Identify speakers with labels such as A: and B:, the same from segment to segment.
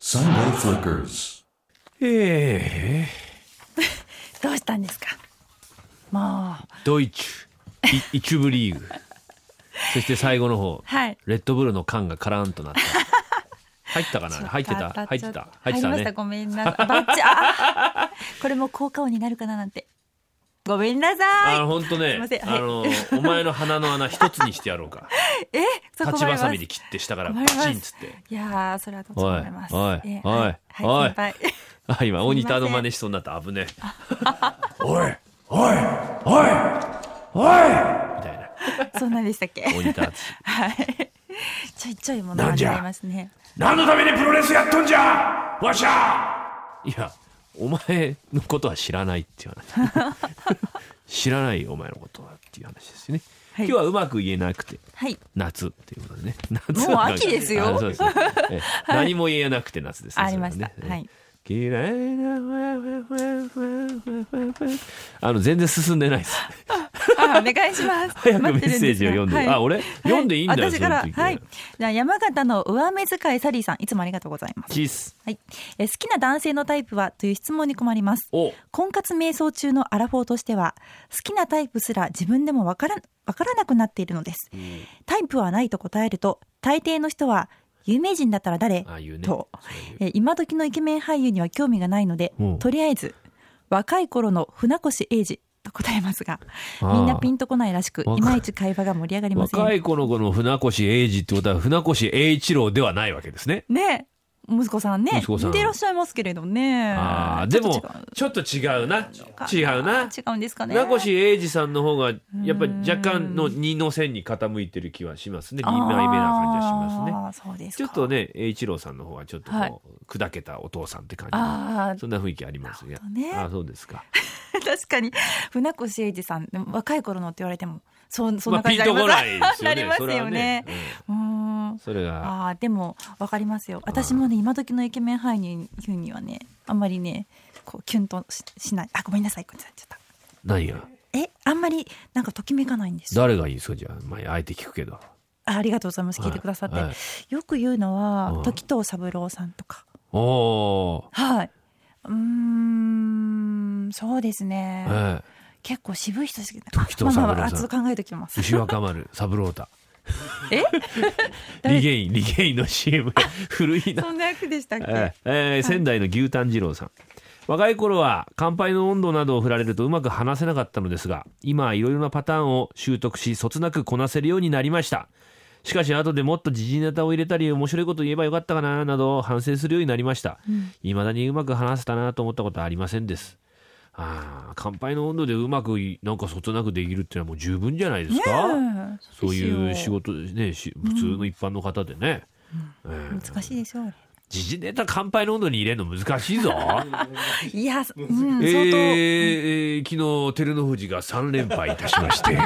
A: Sunday Flickers.
B: え
C: どうしたんですかもう
B: えドイツい一部リーグそして最後の方、
C: はい
B: レッドブルの缶がカランとなった入ったかな入ってた
C: 当た
B: 入
C: っ
B: っ
C: ちゃ
B: て
C: った
B: 入ってた
C: 入りました
B: ね
C: ごめんなさいバッチあ ーこれも効果音になるかななんてごめんな
B: あ
C: さ
B: の
C: い
B: 本当
C: すい
B: ね
C: ませんはい
B: あのお前の鼻の穴一つにしてやろうか
C: え そこ
B: 立ち
C: 困
B: ば
C: り
B: さ
C: ま
B: み
C: す
B: で
C: い
B: 切って下から
C: 困
B: バ
C: ります
B: チンっつって
C: やーそれはどっちも困ります
B: おい
C: えー
B: おい
C: はい
B: お
C: はいい先輩
B: あ今
C: ません
B: 鬼タの真似しそうになった 危ねえ
A: Oi! Oi! Oi! Oi!
B: みたいな
C: そんなんでしたっけ
B: 鬼タ
C: はいちょいちょいもの
A: なん
C: が
A: じゃ
C: りますね
A: 何のためにプロレスやっとんじゃわしゃ
B: いやお前のことは知らないっていう話 知らないよお前のことはっていう話ですよね、
C: はい
B: 今日はうまく言えなくて
C: はい
B: 夏っていうことでね夏
C: もう秋ですよ
B: あそうですねえ え何も言えなくて夏ですね
C: ありました
B: それ
C: は
B: ね
C: い
B: ええ嫌いなわわわわわわわあの全然進んで ないです
C: あお願いします
B: 早くメ
C: 待って
B: ッセ
C: る
B: ー
C: です
B: ジ
C: が
B: を読んで、
C: はい
B: あ俺読んでいいんだよ、
C: はい、私から
B: その時
C: はいじゃあ山形の上目遣いサリーさんいつもありがとうございます
B: チース
C: はい、えー好きな男性のタイプはという質問に困ります
B: お
C: 婚活瞑想中のアラフォーとしては好きなタイプすら自分でもわからわからなくなっているのですタイプはないと答えると大抵の人は有名人だったら誰
B: ああいうね
C: と
B: そういう
C: えー今時のイケメン俳優には興味がないので
B: うん
C: とりあえず若い頃の船越英二と答えますがみんなピンとこないらしく
B: 若い
C: いまいち会話が盛り上がりません
B: 若い子の子の船越英二ってことは船越英一郎ではないわけですね。
C: ね息子さんね
B: 息子さん
C: 似ていらっしゃいますけれどね
B: ああでも
C: ちょっと違う
B: ちょっと違うな違うな
C: 違うんですかね
B: 船越英二さんの方がやっぱり若干の二の線に傾いてる気はしますね二枚目な感じはしますね。
C: すねそうです
B: ち
C: か
B: ょっとね英一郎さんの方はちょっと
C: はい
B: こう砕けたお父さんって感じの
C: ああ
B: そんな雰囲気あります
C: なるほどね
B: ああそうですか。
C: 確かに船越英二さんでも若い頃のって言われてもそうそ ん
B: まあ
C: な感
B: ピ
C: じ
B: ン
C: あり
B: と
C: ます
B: こないです よ
C: な
B: ねそ
C: りま。す
B: れ
C: よ
B: は
C: ね
B: ね。
C: うーん
B: うんそれが
C: ああでもわかりますよ私もね今時のイケメン俳優にはねあんまりねこうキュンとししないあごめんなさいこっちゃっちゃった
B: 何が
C: えあんまりなんかときめかないんですよ
B: 誰がいいですかじゃあまああえて聞くけど。
C: あありがとうございます聞いてくださって、
B: はいはい
C: よく言うの
B: う
C: は
B: ん
C: 時藤三郎さんとか
B: おお。
C: はいうーんそうですね、
B: ええ
C: 結構渋い人しか
B: 時藤三郎さん
C: まあまあまあちょっと考えときます
B: 牛若丸三郎太
C: え
B: リゲインリゲインの CM 古いな
C: そんな役でしたっけ、
B: えええー仙台の牛タン二郎さん若い頃は乾杯の温度などを振られるとうまく話せなかったのですが今はいろいろなパターンを習得しそつなくこなせるようになりましたしかし後でもっと時事ネタを入れたり面白いこと言えばよかったかななど反省するようになりましたいま、未だにうまく話せたなと思ったことはありませんですあー乾杯の温度でうまくいなんかそつなくできるっていうのはもう十分じゃないですか、
C: うん
B: そういう仕
C: ど
B: 事ですね、し普通の一般の方でね。え
C: う
B: ー
C: しよう難しいでしょう
B: 時事ネタ乾杯の温度に入れるの難しいぞ。
C: いや、う
B: え
C: ん、相当、
B: ーえー昨日照ノ富士が3連敗いたしまして、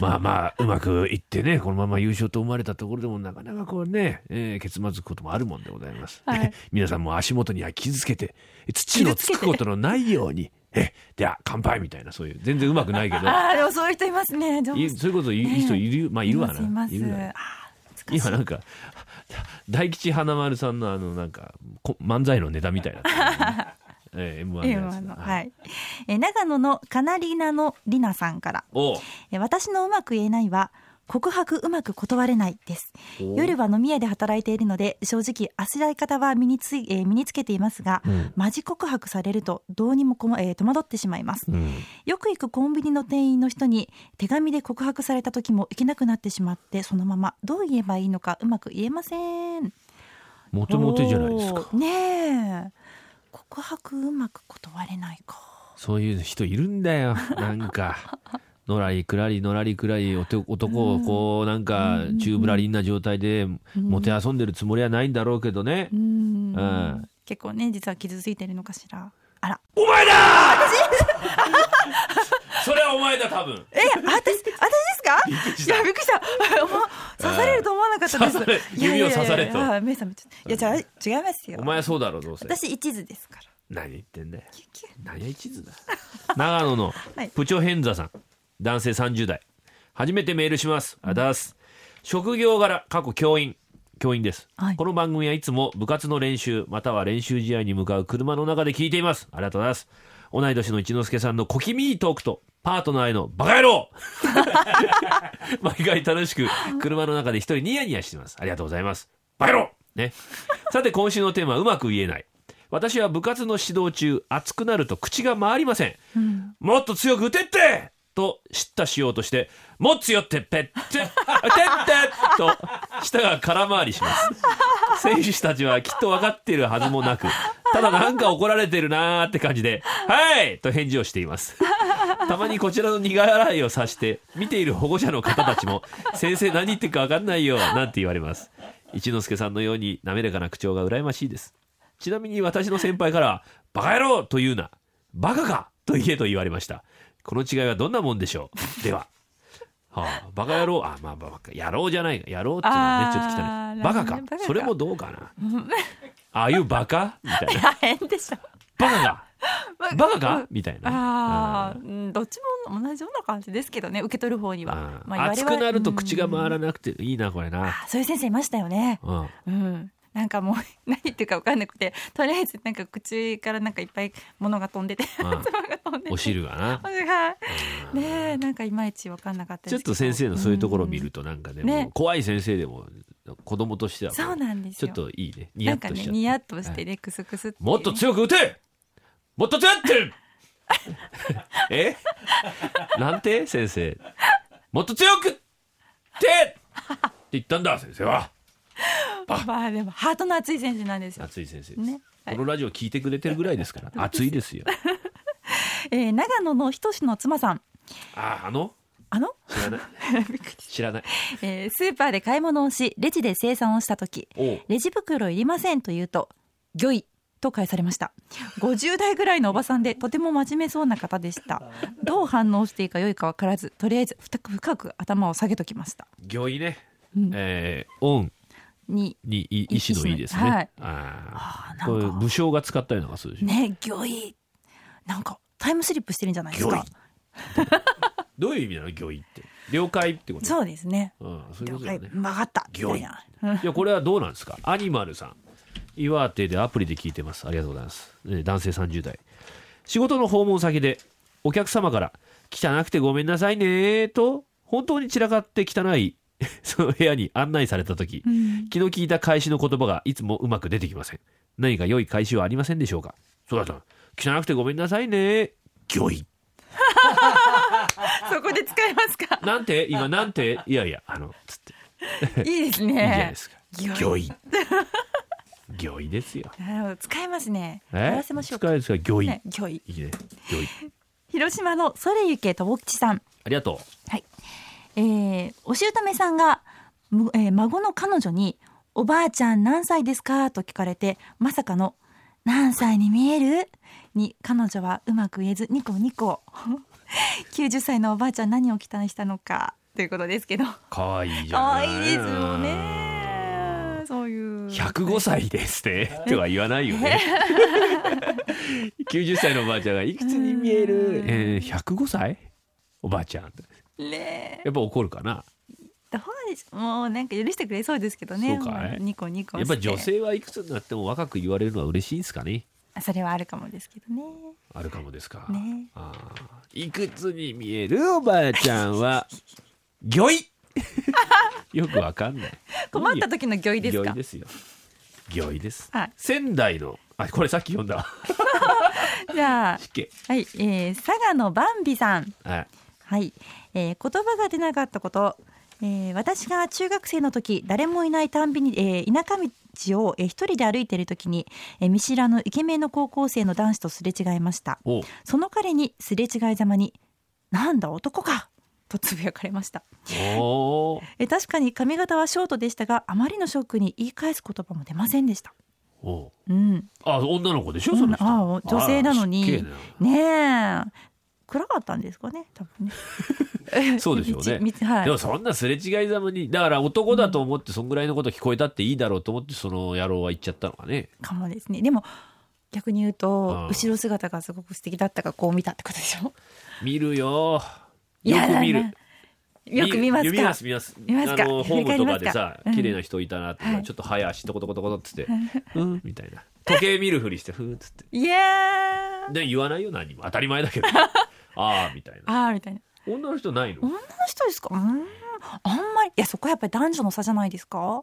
B: まあまあうまくいってね、このまま優勝と思われたところでもなかなかこうね、えー、結まずくこともあるもんでございます。
C: はい
B: 皆さんも足元には傷つけて、土のつくことのないように、えでは乾杯みたいなそういう全然うまくないけど、
C: ああでもそういう人いますね上手
B: いそういうこと言う人いる、まあいるわな。
C: いますい
B: る
C: ま
B: わ
C: す
B: な
C: あー難しい
B: 今なんか大吉花丸さんのあのなんかこ漫才のネタみたいな、えー M1 のやつ
C: 今のはい、えー長野のカナリナのリナさんから
B: おう
C: えー私のうまく言えないは告白うまく断れないです
B: お
C: 夜は飲み屋で働いているので正直あしらい方は身につい、えー身につけていますが、
B: ん
C: マジ告白されるとどうにもこま、えー戸惑ってしまいます、
B: うん
C: よく行くコンビニの店員の人に手紙で告白された時も行けなくなってしまってそのままどう言えばいいのかうまく言えません
B: モテモテじゃないです
C: お
B: か
C: ーねえ告白うまく断れないか
B: そういう人いるんだ よなんかのらりくらりのらりくらりおて男をこうなんか宙ぶらりんな状態でもてあそんでるつもりはないんだろうけどね、
C: うん
B: うん
C: 結構ね実は傷ついてるのかしらあら
B: お 前だそれはお前だ多分
C: え、私、私ですか。いや、びっく りした。もう刺されると思わなかったです
B: 刺され。
C: いやいやいや
B: 指を刺されと
C: いや目覚めちゃった。いや、じゃあ、違いますよ
B: お。前はそうだろうどうせ
C: 私一途ですから。
B: 何言ってんだよ
C: キュキュ
B: 何や一途だ長野の
C: はい
B: プチョヘンザさん男性30代初めてメールしますあだす職業柄過去教員教員です、
C: はい
B: この番組はいつも部活の練習または練習試合に向かう車の中で聞いていますありがとうございます同い年の一之輔さんの小気味いいトークとパートナーへのバカ野郎 毎回楽しく車の中で一人ニヤニヤしてますありがとうございます
A: バカ野郎
B: ね。さて今週のテーマはうまく言えない。私は部活の指導中熱くなると口が回りません。もっと強く打てってと叱咤しようとして、もっと強ってペッて、打て ってと舌が空回りします。選手たちはきっと分かっているはずもなく、ただなんか怒られてるなーって感じで、はいと返事をしています。たまにこちらの苦笑いをさして見ている保護者の方たちも 「先生何言ってるか分かんないよ」なんて言われます一之輔さんのように滑らかな口調が羨ましいですちなみに私の先輩から「バカ野郎!」と言うな「バカか!」と言えと言われましたこの違いはどんなもんでしょうでは、はあ、バカ野郎あまあまあまあ野郎じゃない野郎っていうのはねちょっと
C: あ
B: 汚
C: ー
B: いバカ
C: な
B: か
C: るほどねバカか
B: それもどうかなああいうバカみたい
C: い
B: な
C: や変でしょ
B: バカか
C: バ
B: バカかみたいな
C: ああ、うんどっちも同じような感じですけどね、受け取る方には。
B: うん
C: まあ
B: 熱くなると口が
C: る。
B: 回らなくていいなこれな、
C: あそういう先生いましたよね。
B: うん、
C: うん。なんかもう 何言ってるか分かんなくてとりあえずなんか口からなんかいっぱい物が飛んでて
B: うん
C: 頭が飛んでて
B: お汁がな
C: お汁がねえなんかいまいち分かんなかった
B: ちょ
C: で
B: っ
C: すけど
B: と先生のそういうところを見るとなんかね,、
C: ね
B: もう怖い先生でも子供としてはも
C: そうなんです
B: ち
C: よ
B: ょっといいねニ
C: な
B: ヤッ
C: んか
B: とし
C: ね
B: ちゃう、
C: ニヤッとして
B: はい
C: ねクスクスっていうね
B: もっと強く打てもっと強く打って えなんて先生もっと強く打てって言ったんだ先生は
C: まあでもハートの熱い選手なんですよ
B: 熱い先生です、
C: ねはい
B: このラジオ聞いてくれてるぐらいですから熱いです よ
C: えー長野の仁の妻さん
B: ああの
C: あの、
B: 知らない知らない
C: えースーパーで買い物をしレジで生産をした時
B: おう
C: レジ袋いりませんと言うと「ギョイ」と返されました50代ぐらいのおばさんでとても真面目そうな方でしたどう反応していいか良いか分からずとりあえず深く深く頭を下げときました
B: 行為ね、
C: うん
B: えー、オン
C: に
B: にい意思のいいですね。
C: はい
B: あ
C: あ
B: あ、
C: ー
B: こ
C: なん
B: れ
C: か
B: 武将が使ったりなんかするでしょ。
C: ね「ギョイ」なんかタイムスリップしてるんじゃないですか
B: どういう意味なの行為って。了解ってこと。
C: そうですね
B: うん、そういうこ
C: 了
B: とだ
C: 解
B: よね。
C: 曲がったみたいなうん
B: いや、これはどうなんですか。アニマルさん。岩手でアプリで聞いてます。ありがとうございます。えー男性30代。仕事の訪問先でお客様から汚くてごめんなさいねと本当に散らかって汚い その部屋に案内された時、昨日聞いた返しの言葉がいつもうまく出てきません何か良い返しはありませんでしょうかそうだ汚くてごめんなさいね御意
C: そこで使いま すか
B: なんて今なんていやいやあのつって
C: いいです
B: いいじゃない
C: ね
B: ですか
C: 御意
B: 御意御意ですよ
C: なるほど使えますね
B: え
C: やらせましょうか
B: 使えるんですか御意、
C: ねギョイ
B: いいね御意
C: 広島のそれゆけとぼきちさん
B: ありがと
C: はい、えー、お姑さんが、むえー孫の彼女に「おばあちゃん何歳ですか?」と聞かれてまさかの「何歳に見える?」に彼女はうまく言えずニコニコ 90歳のおばあちゃん何を期待したのかということですけど
B: う可愛いじゃ
C: 可
B: ない
C: 愛いですよねそういう
B: 105歳ですねとは言わないよね 90歳のおばあちゃんがいくつに見える、えー、105歳おばあちゃん
C: ね
B: やっぱ怒るかな
C: どうでしょうもうなんか許してくれそうですけどね
B: そうかい
C: ニコニコ
B: やっ
C: して
B: ぱ女性はいくつになっても若く言われるのは嬉しいんですかね
C: それはあるかもですけどね
B: あるかもですか、
C: ね
B: あーいくつに見えるおばあちゃんは魚 いよくわかんない
C: 困った時の御意です
B: 魚
C: か
B: いですよ魚いです、
C: はい
B: 仙台のあこれさっき読んだわ
C: じゃあ
B: しけ
C: はい、えー、佐賀のバンビさん。
B: はい
C: はい、えー、言葉が出なかったこと。えー、私が中学生の時誰もいないたんびに、えー、田舎道を、えー、一人で歩いている時に、えー、見知らぬイケメンの高校生の男子とすれ違いました
B: おう
C: その彼にすれ違いざまに「なんだ男か!」とつぶやかれました、
B: おー
C: えー、確かに髪型はショートでしたがあまりのショックに言い返す言葉も出ませんでした
B: おう
C: うん
B: あ女の子でしょその人、
C: あお女性なの
B: あらしっ
C: に
B: け
C: ねえ暗かったんですかね多分ね
B: そうでしょうね
C: 道道は
B: でも
C: い
B: そんなすれ違いざまにだから男だと思ってそんぐらいのこと聞こえたっていいだろうと思ってその野郎は言っちゃったのかね
C: かもですねでも逆に言う
B: うん
C: と後ろ姿がすごく素敵だったからこう見たってことでしょ
B: 見るよよく見
C: いや
B: る
C: なよく見ます
B: 見ま
C: か
B: す見ます
C: 見ますか
B: あのホームとかでさ
C: 振り返りますかうん
B: 綺麗な人いたなって、
C: はい
B: ちょっと早足とことことことっつ って「うん」みたいな時計見るふりして「ふー」っつって
C: いやー
B: で言わないよ何も当たり前だけ どああみたいな
C: あーみたいな
B: 女の人ない
C: 女
B: の
C: の人ですかうーんあんまりいやそこはやっぱり男女の差じゃないですかあ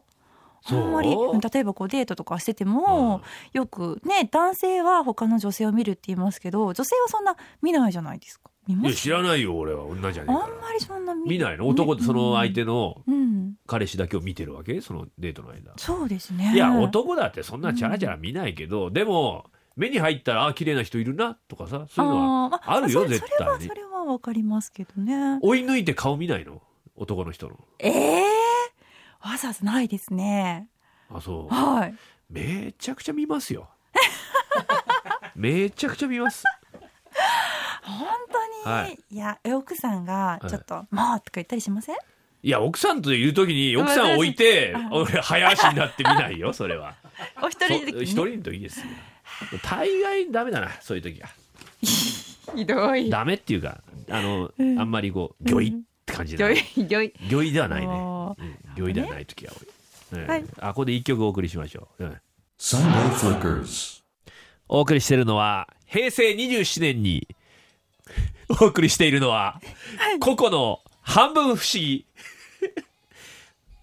B: そうん
C: まり例えばこうデートとかしてても、よくね男性は他の女性を見るって言いますけど女性はそんな見ないじゃないですか見
B: い
C: ま
B: や
C: す
B: 知らないよ俺は女じゃ
C: あ
B: ね
C: ん
B: えから
C: まりそんな見
B: 見ないの男その相手の
C: うん、うん
B: 彼氏だけを見てるわけそのデートの間
C: そうですね
B: いや男だってそんなチャラチャラ見ないけど、でも目に入ったらあ綺麗な人いるなとかさそういうのは
C: ーま
B: あるよ
C: それ
B: 絶対に
C: それはそれはわかりますけどね
B: 追い抜いて顔見ないの男の人の
C: ええわざわざないですね
B: あそう
C: はい
B: めちゃくちゃ見ますよ めちゃくちゃ見ます
C: 本当に、、
B: はい
C: や奥さんがちょっと、もうとか言ったりしません
B: いや奥さんといる時に奥さん置いて
C: うん
B: 俺早足になって見ないよそれは
C: お一人で
B: そ一人のいいですよ大概ダメだなそういう時は
C: ひどい
B: ダメっていうかあの、
C: うん
B: あんまりこう魚意って感じ
C: ひ
B: だ
C: どい
B: ね
C: ひどい
B: 魚意ではないね
C: もう
B: うん病院ではない時は多い、うん
C: はい
B: あここで一曲お送りしましょう、うん
A: Sunday Flickers.
B: お送りしているのは平成27年に お送りしているのは個々の半分不思議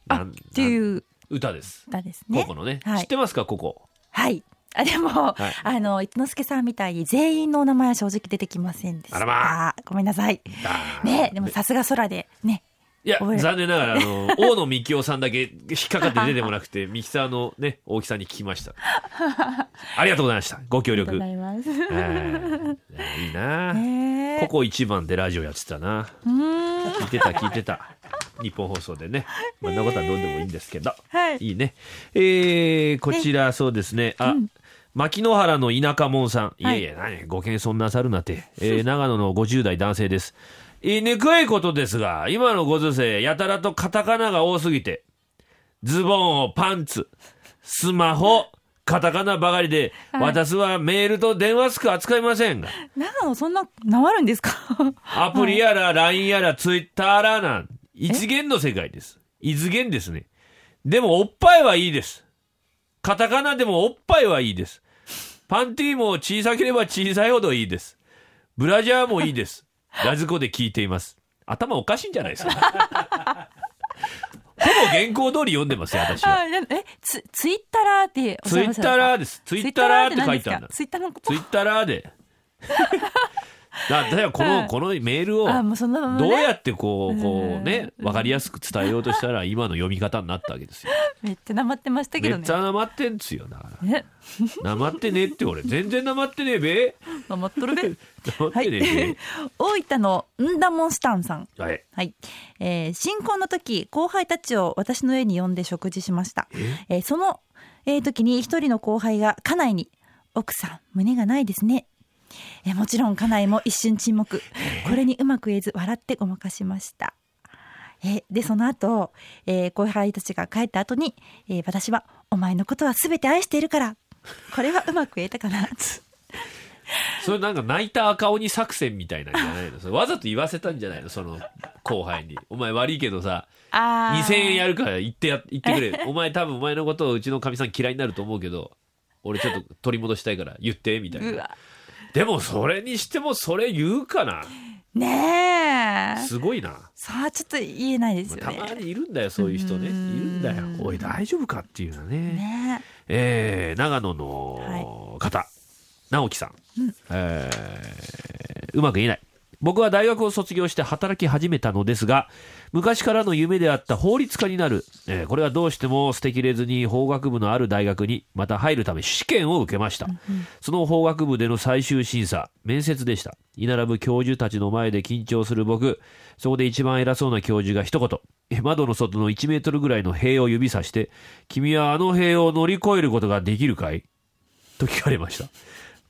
B: なん
C: ってい
B: なん
C: う
B: 歌です、
C: 歌です
B: 個
C: ね
B: 々のね、
C: はい
B: 知ってますかここ
C: はいあでも、
B: はい
C: あの一之輔さんみたいに全員のお名前は正直出てきませんでした
B: あらま
C: ごめんなさいねでもさすが空でね
B: いや
C: 覚えろ
B: 残念ながらあ の大野幹雄さんだけ引っかかって出てもなくてミキサーのね大木さんに聞きましたありがとうございましたご協力
C: ありがとうござい
B: えーいいな、
C: ます ねえ
B: ここ一番でラジオやってたな
C: うーん
B: 聞いてた聞いてた日本放送でねまあそんなことはどうでもいいんですけど、
C: はい
B: いねえーこちらそうですねあ、牧之原の田舎もんさん、
C: はい
B: い、やいや何ご謙遜なさるなって、えー長野の50代男性です言いにくいことですが今のご時世やたらとカタカナが多すぎてズボンをパンツスマホカタカナばかりで、
C: はい
B: 私はメールと電話しか扱いませんが
C: 長野そんな治るんですか
B: アプリやら LINE やら Twitter らなん、一元の世界です。異次元ですね。でもおっぱいはいいです。カタカナでもおっぱいはいいです。パンティーも小さければ小さいほどいいです。ブラジャーもいい です。ラジコで聞いています。頭おかしいんじゃないですか ほぼ原稿通り読んでますよ、私は。
C: はいなんえツツイッターラーっておっし
B: ツ
C: ゃ
B: イ
C: いまし
B: ッ
C: た
B: ター
C: か
B: ラーです。ツイッターラーって書いてあるんだ。
C: ツイッターのこと
B: ツイッターラーで。 だ例えばこの、
C: はい
B: このメールを
C: あもうそのままね
B: どうやってこうこ
C: う
B: うんね分かりやすく伝えようとしたら今の読み方になったわけですよ。
C: めっちゃなまってましたけ
B: め
C: ど
B: っ
C: ね
B: ちゃなまってんですよだから。
C: ね
B: なまってねって俺全然なまってねえべ。
C: なまっとるべ
B: なまっ
C: は
B: て
C: い
B: ねえ
C: 大分のんだもんスタンさん
B: べ。はい。
C: はい、えー新婚の時後輩たちを私の家に呼んで食事しましたえーその、えー時に一人の後輩が家内に「奥さん胸がないですね」えーもちろん家内も一瞬沈黙これにうまく言えず笑ってごまかしましたえーでその後、えー後輩たちが帰った後に、えー私は「お前のことは全て愛しているから」これはうまく言えたかな
B: それなんか泣いた赤鬼作戦みたいなんじゃないの。それわざと言わせたんじゃないのその後輩に。お前悪いけどさ
C: あ
B: 2000円やるから言ってや言ってくれ。お前多分お前のことをうちのかみさん嫌いになると思うけど俺ちょっと取り戻したいから言ってみたいうな。
C: わ
B: でもそれにしてもそれ言うかな。
C: ねえ
B: すごいな。
C: さあちょっと言えないですよ
B: た
C: ね
B: まにいるんだよそういう人ねいる
C: うん
B: んだよおい大丈夫かっていうのはね
C: ね
B: えー長野の方、直樹さん、えーうまく言えない僕は大学を卒業して働き始めたのですが昔からの夢であった法律家になる、えーこれはどうしても捨てきれずに法学部のある大学にまた入るため試験を受けました、その法学部での最終審査面接でした居並ぶ教授たちの前で緊張する僕そこで一番偉そうな教授が一言え窓の外の1メートルぐらいの塀を指さして君はあの塀を乗り越えることができるかいと聞かれました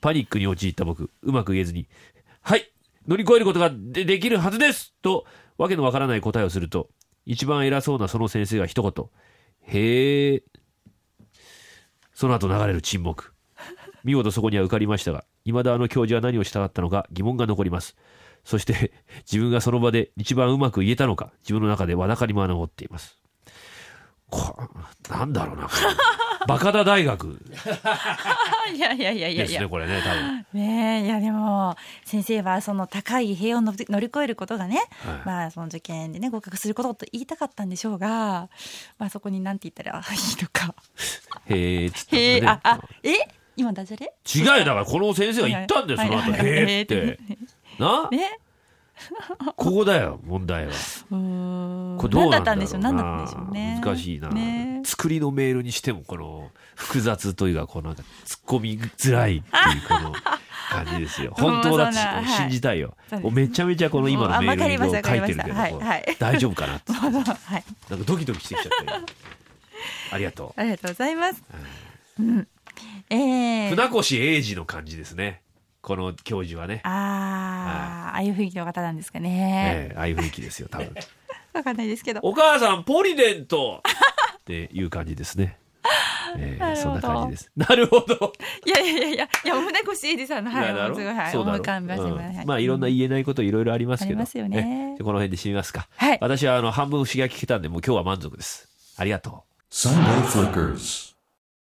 B: パニックに陥った僕うまく言えずに「はい乗り越えることがでできるはずです!」とわけのわからない答えをすると一番偉そうなその先生が一言「へえ」その後流れる沈黙見事そこには受かりましたが未だあの教授は何をしたかったのか疑問が残りますそして自分がその場で一番うまく言えたのか自分の中でわだかりも残っていますこなんだろうなこれバカダ大学
C: いやいやいやいや
B: で
C: い
B: す
C: や
B: ね。これね多分
C: ねえいやでも先生はその高い塀をのぶ乗り越えることがね、
B: はい
C: まあその受験でね合格することと言いたかったんでしょうが、まあそこになんて言ったらいいのか。
B: へえっつったんだ
C: へ
B: ね
C: えああえ今ダジャレ？
B: 違うよだからこの先生が言ったんだよその後
C: はいはい
B: へえってな
C: ね。
B: ここだよ問題は
C: うーん。
B: これどうなん
C: 何だっ
B: だ
C: たん
B: ろ
C: で
B: う
C: しょう。
B: な
C: 何だったんでしょうね。
B: 難しいな、
C: ね
B: 作りのメールにしてもこの複雑というかこうなんか突っ込みづらいっていうこの感じです よ本当だ
C: もうそんな
B: と
C: はい
B: 信じたいよ、
C: そうです
B: もうめちゃめちゃこの今
C: もう
B: の
C: あ
B: メールに
C: わ
B: も書
C: か
B: い
C: りました
B: てるけど、
C: わかりましたはいはい
B: 大丈夫かなって
C: なるほどはい。
B: なんかドキドキしてきちゃ ったよありがとう
C: ありがとうございます。うん。ええ
B: 船越英二の感じですねこの教授はね、
C: ああ、ああいう雰囲気の方なんですかね。
B: ええああいう雰囲気ですよ多分
C: わかんないですけど。
B: お母さんポリデントっていう感じですね、ええ
C: なるほど
B: そんな感じですなるほど
C: いやいやいやいや、いや、船越英二さんの、
B: い
C: はい、
B: やだろ
C: すごい、はい、
B: そう
C: 思
B: だ
C: い浮
B: ろ
C: かびますよね
B: うんまあいろんな言えないこといろいろありますけど
C: ありますよね
B: えじゃあこの辺で締めますか、
C: はい
B: 私はあの半分牛が聞けたんでもう今日は満足ですありがとう
D: Sunday Flickers.